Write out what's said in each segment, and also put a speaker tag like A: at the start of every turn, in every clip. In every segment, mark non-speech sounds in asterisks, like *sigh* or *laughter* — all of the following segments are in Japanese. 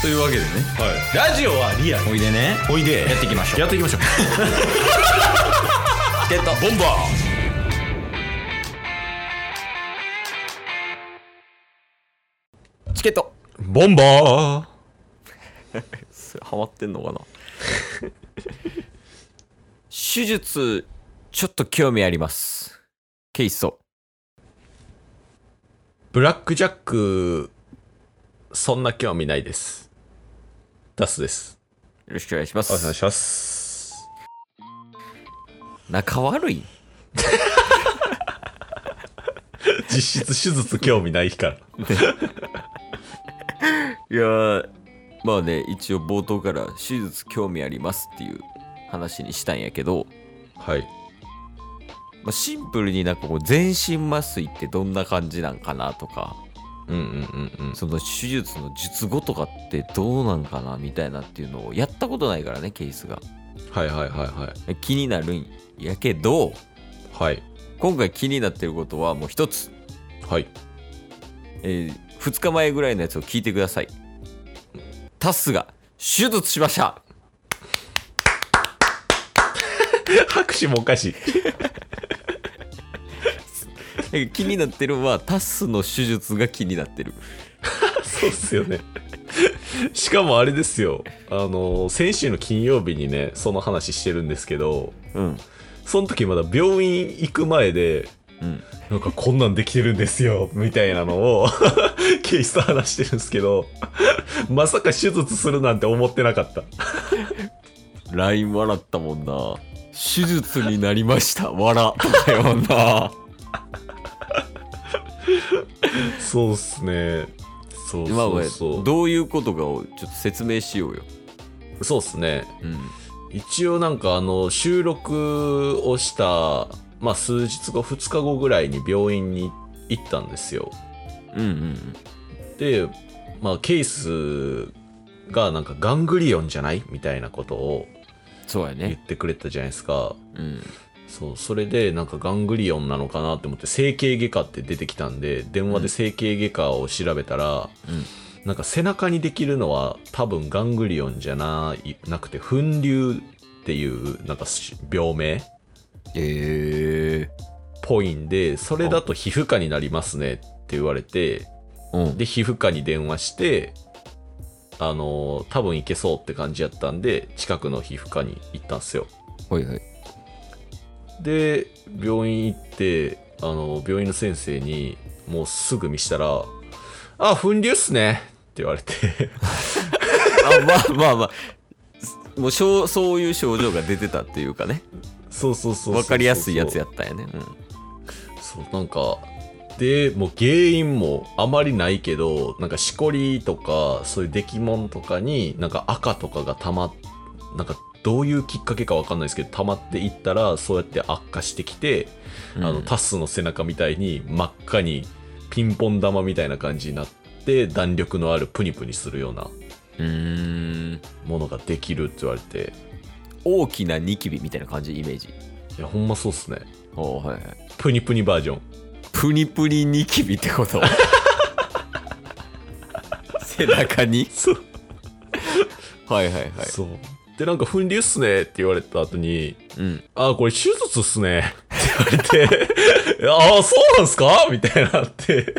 A: というわけでね
B: はい、ラジオはリアル
A: おいでね
B: おいで
A: やっていきましょう
B: やって
A: *laughs*
B: いきましょう
A: ゲット
B: ボンバ
A: チケット
B: ーボンバ
A: *laughs* ハマってんのかな *laughs* 手術ちょっと興味ありますケイソ
B: ーブラックジャックそんな興味ないですダスです
A: よろしくお願いしま
B: お願い
A: す
B: します
A: 仲悪い
B: 実質手術興味ないから
A: いやーまあね一応冒頭から手術興味ありますっていう話にしたんやけど、
B: はい
A: まあ、シンプルになんかこう全身麻酔ってどんな感じなんかなとか
B: うんうんうんうん
A: その手術の術後とかってどうなんかなみたいなっていうのをやったことないからねケースが
B: はいはいはいはい
A: 気になるんやけど
B: はい
A: 今回気になってることはもう一つ、
B: はい
A: え2日前ぐらいのやつを聞いてくださいタスが手術しました *laughs*
B: 拍手もおかしい
A: なんか気になってるのはタスの手術が気になってる
B: そうっすよね。しかもあれですよ。あの、先週の金曜日にね、その話してるんですけど、
A: うん
B: その時まだ病院行く前で、
A: うん
B: なんかこんなんできてるんですよ、みたいなのを、 *laughs* ケイスと話してるんですけど、まさか手術するなんて思ってなかった。
A: LINE 笑ったもんな手術になりました笑だ *laughs* よな
B: そうっすね。そう
A: 今
B: そ
A: は
B: うそう。
A: どういうことかをちょっと説明しようよ、
B: そうっすね。
A: うん、
B: 一応なんかあの収録をした、まあ、数日後2日後ぐらいに病院に行ったんですよ
A: うん
B: で、まあ、ケースがなんかガングリオンじゃないみたいなことを
A: そうや
B: 言
A: ね
B: ってくれたじゃないですか
A: うん
B: そうそれでなんかガングリオンなのかなって思って整形外科って出てきたんで電話で整形外科を調べたら、
A: うん
B: なんか背中にできるのは多分ガングリオンじゃないなくて粉瘤っていうなんかし病名
A: ええ
B: ぽいんで、それだと皮膚科になりますねって言われて、
A: うん
B: で、皮膚科に電話して、あのー多分行けそうって感じやったんで、近くの皮膚科に行ったんですよ。
A: はいはい
B: で、病院行って、あのー病院の先生に、もうすぐ見したら、あ、粉瘤っすねって言われて、 *laughs*
A: あまあまあまあもうしょうそういう症状が出てたっていうかね
B: そうそうそうそうそう。
A: 分かりやすいやつやったんやね
B: そうなんかでもう原因もあまりないけどなんかしこりとかそういう出来物とかになんか赤とかがたまなんかどういうきっかけかわかんないですけど溜まっていったらそうやって悪化してきて、
A: うん
B: あのタスの背中みたいに真っ赤にピンポン玉みたいな感じになって弾力のあるプニプニするような
A: うーん
B: ものができるって言われて
A: 大きなニキビみたいな感じイメージ
B: いやほんまそうっすね
A: おはいはい
B: プニプニバージョン
A: プニプニニキビって *laughs* こと背中に
B: そう
A: はいはいはい
B: そうでなんか粉瘤っすねって言われた後に
A: うん
B: あ、これ手術っすね。って言われて、ああ、そうなんすかみたいになって、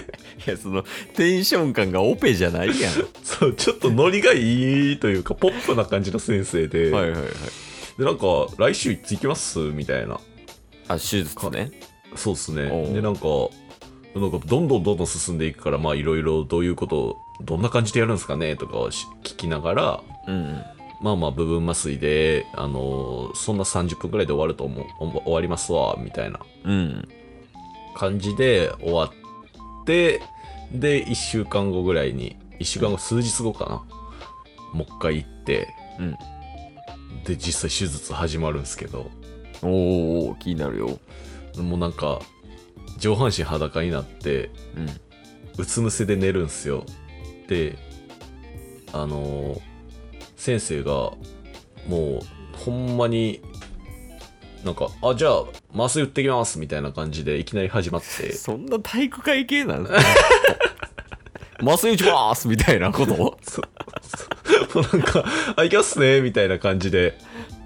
A: いやそのテンション感がオペじゃないやん
B: そう、ちょっとノリがいいというか、ポップな感じの先生で、
A: はいはいはい
B: で、なんか、来週いつ行きますみたいな。
A: あ手術ね
B: そうっすね
A: お。う
B: で、なんか、なんか、どんどんどんどん進んでいくから、まあ、いろいろどういうことを、どんな感じでやるんですかねとかをし聞きながら、
A: うん
B: まあまあ、部分麻酔で、あのーそんな30分くらいで終わると思う、お終わりますわ、みたいな。
A: うん
B: 感じで終わってで1週間後ぐらいに1週間後数日後かなもう一回行って
A: うん
B: で実際手術始まるんですけど
A: おーおー気になるよ
B: もうなんか上半身裸になって
A: うん
B: うつ伏せで寝るんすよであのー先生がもうほんまになんか「あじゃあ麻酔打ってきます」みたいな感じでいきなり始
A: *laughs*
B: まって
A: そんな体育 *laughs* 会系なの麻酔打ちまーすみたいなこと
B: そうそうなんか「あいきますね」みたいな感じで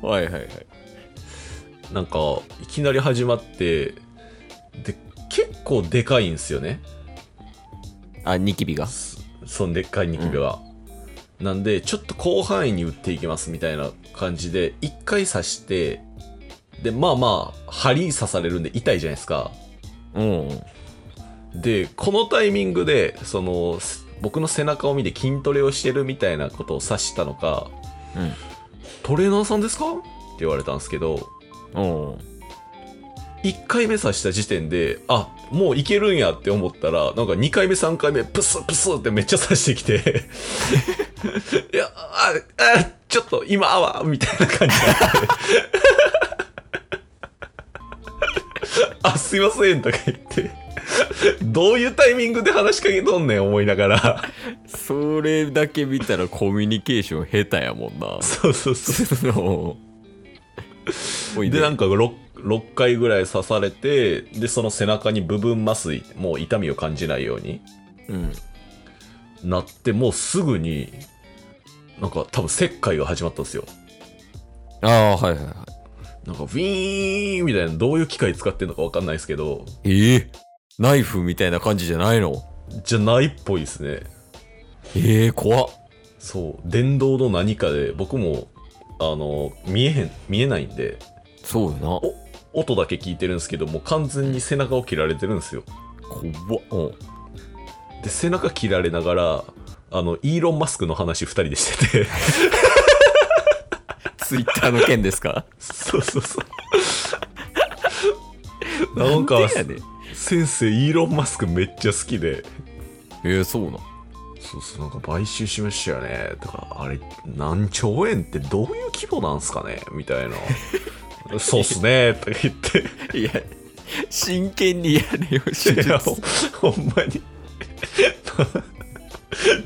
A: はいはいはい。
B: なんかいきなり始まってで結構でかいんですよね
A: あ、ニキビが。
B: そそのでっかいニキビは、なんでちょっと広範囲に打っていきますみたいな感じで1回刺してでまあまあ針刺されるんで痛いじゃないですか
A: うんうん。
B: でこのタイミングでそのす僕の背中を見て筋トレをしてるみたいなことを指したのか「トレーナーさんですか?」って言われたんですけど
A: うん。うん。
B: 1回目刺した時点であもういけるんやって思ったらなんか2回目3回目プスプスってめっちゃ刺してきて *laughs* いやああちょっと今あわみたいな感じになってあすいませんとか言ってどういうタイミングで話しかけとんねん思いながら
A: それだけ見たらコミュニケーション下手やもんな。
B: そうそうそ
A: *laughs*
B: う
A: その。おい
B: でな
A: で。
B: んか 6, 6回ぐらい刺されてでその背中に部分麻酔もう痛みを感じないように
A: うん。
B: なってもうすぐになんか多分切開が始まったんですよ
A: ああ、はいはいはい。
B: なんかウィーンみたいなどういう機械使ってんのか分かんないですけど
A: ええナイフみたいな感じじゃないの
B: じゃないっぽいですね
A: ええ怖っ。
B: そう電動の何かで僕もあの見えへん見えないんで
A: そうよな。
B: お音だけ聞いてるんですけどもう完全に背中を切られてるんですよ
A: 怖っ。うん。
B: で背中切られながらあのイーロン・マスクの話2人でして *laughs* て
A: ツイッターの件ですか
B: そうそうそうなんか
A: でやねん
B: 先生イーロン・マスクめっちゃ好きで
A: *laughs* ええそうなん。
B: そうそうなんか買収しましたよねとかあれ何兆円ってどういう規模なんすかねみたいな *laughs* そうっすねとか言って
A: いや、真剣にやれ *laughs* よ、手
B: い
A: 術
B: や。ほほんまに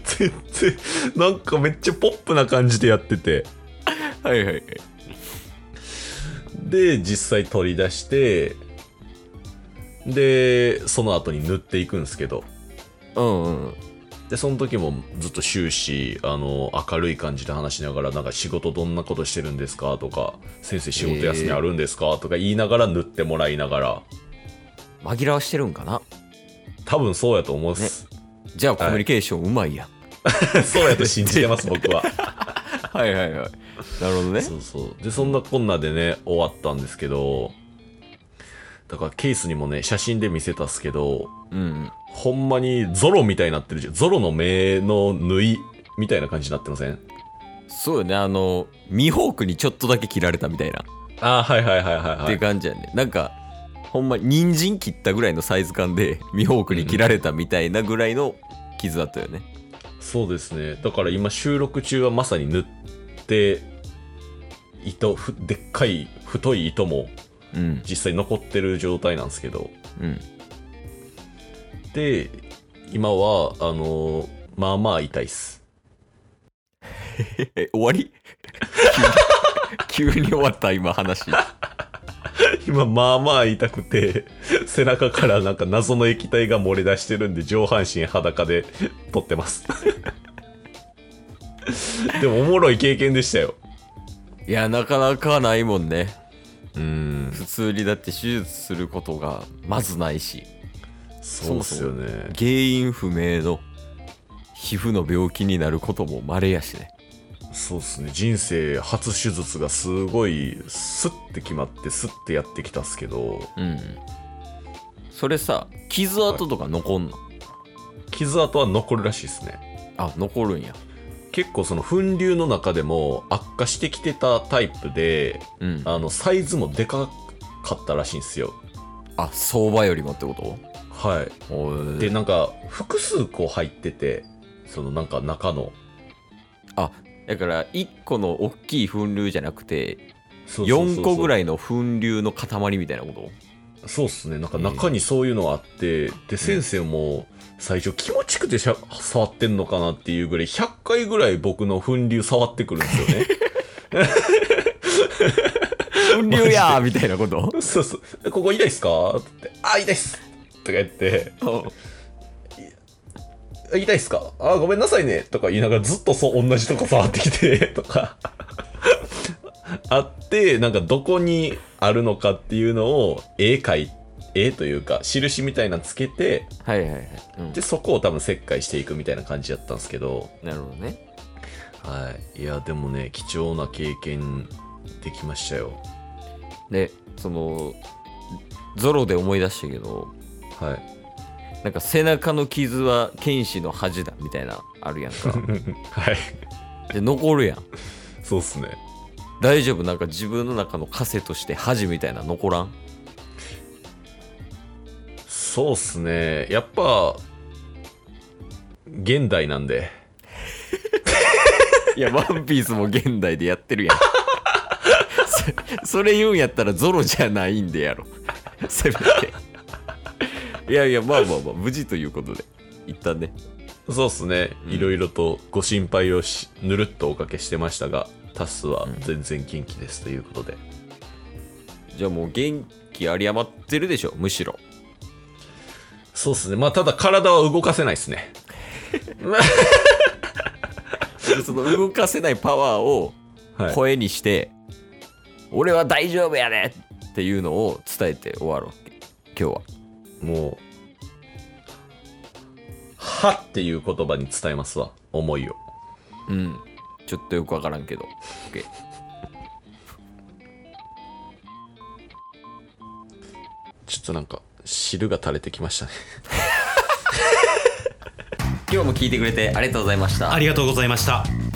B: 全然なんかめっちゃポップな感じでやってて
A: はいはいはい。
B: で実際取り出してでその後に塗っていくんですけど
A: うんうん。
B: でその時もずっと終始あの明るい感じで話しながらなんか仕事どんなことしてるんですかとか先生仕事休みあるんですか、とか言いながら塗ってもらいながら
A: 紛らわしてるんかな
B: 多分そうやと思うっす、
A: じゃあコミュニケーションうまいやん。
B: *laughs* そうやと信じてます僕は
A: はいはいはい。なるほどね。
B: そうそうでそんなこんなでね終わったんですけどだからケースにもね写真で見せたっすけど
A: うん。
B: ほんまにゾロみたいになってるじゃんゾロの目の縫いみたいな感じになってません
A: そうよね、あの、ミホークにちょっとだけ切られたみたいな。
B: ああはいはいはいは
A: っ
B: いは
A: て
B: い
A: いう感じやね。なんか、ほんま、人参切ったぐらいのサイズ感で、 *laughs* ミホークに切られたみたいなぐらいの傷だったよね。
B: そうですね。だから今収録中はまさに塗って、糸、ふでっかい太い糸も
A: うん。
B: 実際残ってる状態なんですけど。
A: うん。
B: で、今は、あのーまあまあ痛いっす。
A: え、終わり *laughs* 急に急に *laughs* 終わった、今話。
B: 今、まあまあ痛くて、 *laughs* 背中からなんか謎の液体が漏れ出してるんで、上半身裸で *laughs* 撮ってます。 *laughs* でも、おもろい経験でしたよ。
A: いや、なかなかないもんね。
B: うん。
A: 普通にだって手術することがまずないし、
B: そうっすよね。
A: 原因不明の皮膚の病気になることも稀やしね。
B: そうですね人生初手術がすごいスッて決まってスッてやってきたっすけど
A: うん。それさ、傷跡とか残んの、
B: 傷跡は残るらしいですね
A: あ、残るんや。
B: 結構その粉瘤の中でも悪化してきてたタイプで
A: うん。
B: あのサイズもでかかったらしいんですよ
A: あ、相場よりもってこと
B: はい
A: おー
B: でなんか複数個入っててそのなんか中の
A: あだから1個の大きい粉瘤じゃなくて
B: そうそうそ
A: 4
B: う
A: 個ぐ
B: い
A: らいの粉瘤の塊みたいな
B: *laughs*
A: こと
B: そうっすねなんか中にそういうのがあって、で先生も最初気持ちくてしゃ触ってんのかなっていうぐらい100回ぐらい僕の粉瘤触ってくるんですよ *laughs* ね
A: 粉瘤やーみたいなこと
B: *laughs* そうそうえここ痛いっすかって言って「あ痛いっす」とか言って痛いっすかあー、ごめんなさいね。とか言いながらずっとそう同じとこ触ってきて、 *laughs* とか。あって、なんかどこにあるのかっていうのを絵描い、絵というか印みたいなのつけて、
A: はいはいはい、うん
B: で、そこを多分切開していくみたいな感じだったんですけど、
A: なるほどね
B: はい。いや、でもね、貴重な経験できましたよ。
A: でそのゾロで思い出したけど
B: はい。 *laughs*
A: なんか背中の傷は剣士の恥だみたいなあるやん
B: *laughs*
A: か
B: はい。
A: で残るやん
B: そうっすね。
A: 大丈夫なんか自分の中の枷として恥みたいな残らん
B: そうっすね。やっぱ、現代なんで。
A: いや、ワンピースも現代でやってるやん。 *laughs* そそれ言うんやったらゾロじゃないんでやろ。 *laughs* せめて。いやいや、まあまあまあ、無事ということで。一旦ね。
B: そうっすね。
A: うん
B: いろいろとご心配をし、ぬるっとおかけしてましたが、タスは全然元気ですということで。
A: じゃあもう元気あり余ってるでしょ、むしろ。
B: そうっすね。まあ、ただ体は動かせないっすね。
A: その動かせないパワーを
B: はい。
A: 声にして、俺は大丈夫やでっていうのを伝えて終わろう。今日は。
B: もう、はっていう言葉に伝えますわ。思いを。
A: うん。ちょっとよくわからんけど。OK
B: ちょっとなんか、汁が垂れてきましたね。
A: 今日も聞いてくれてありがとうございました
C: あ。りがとうございました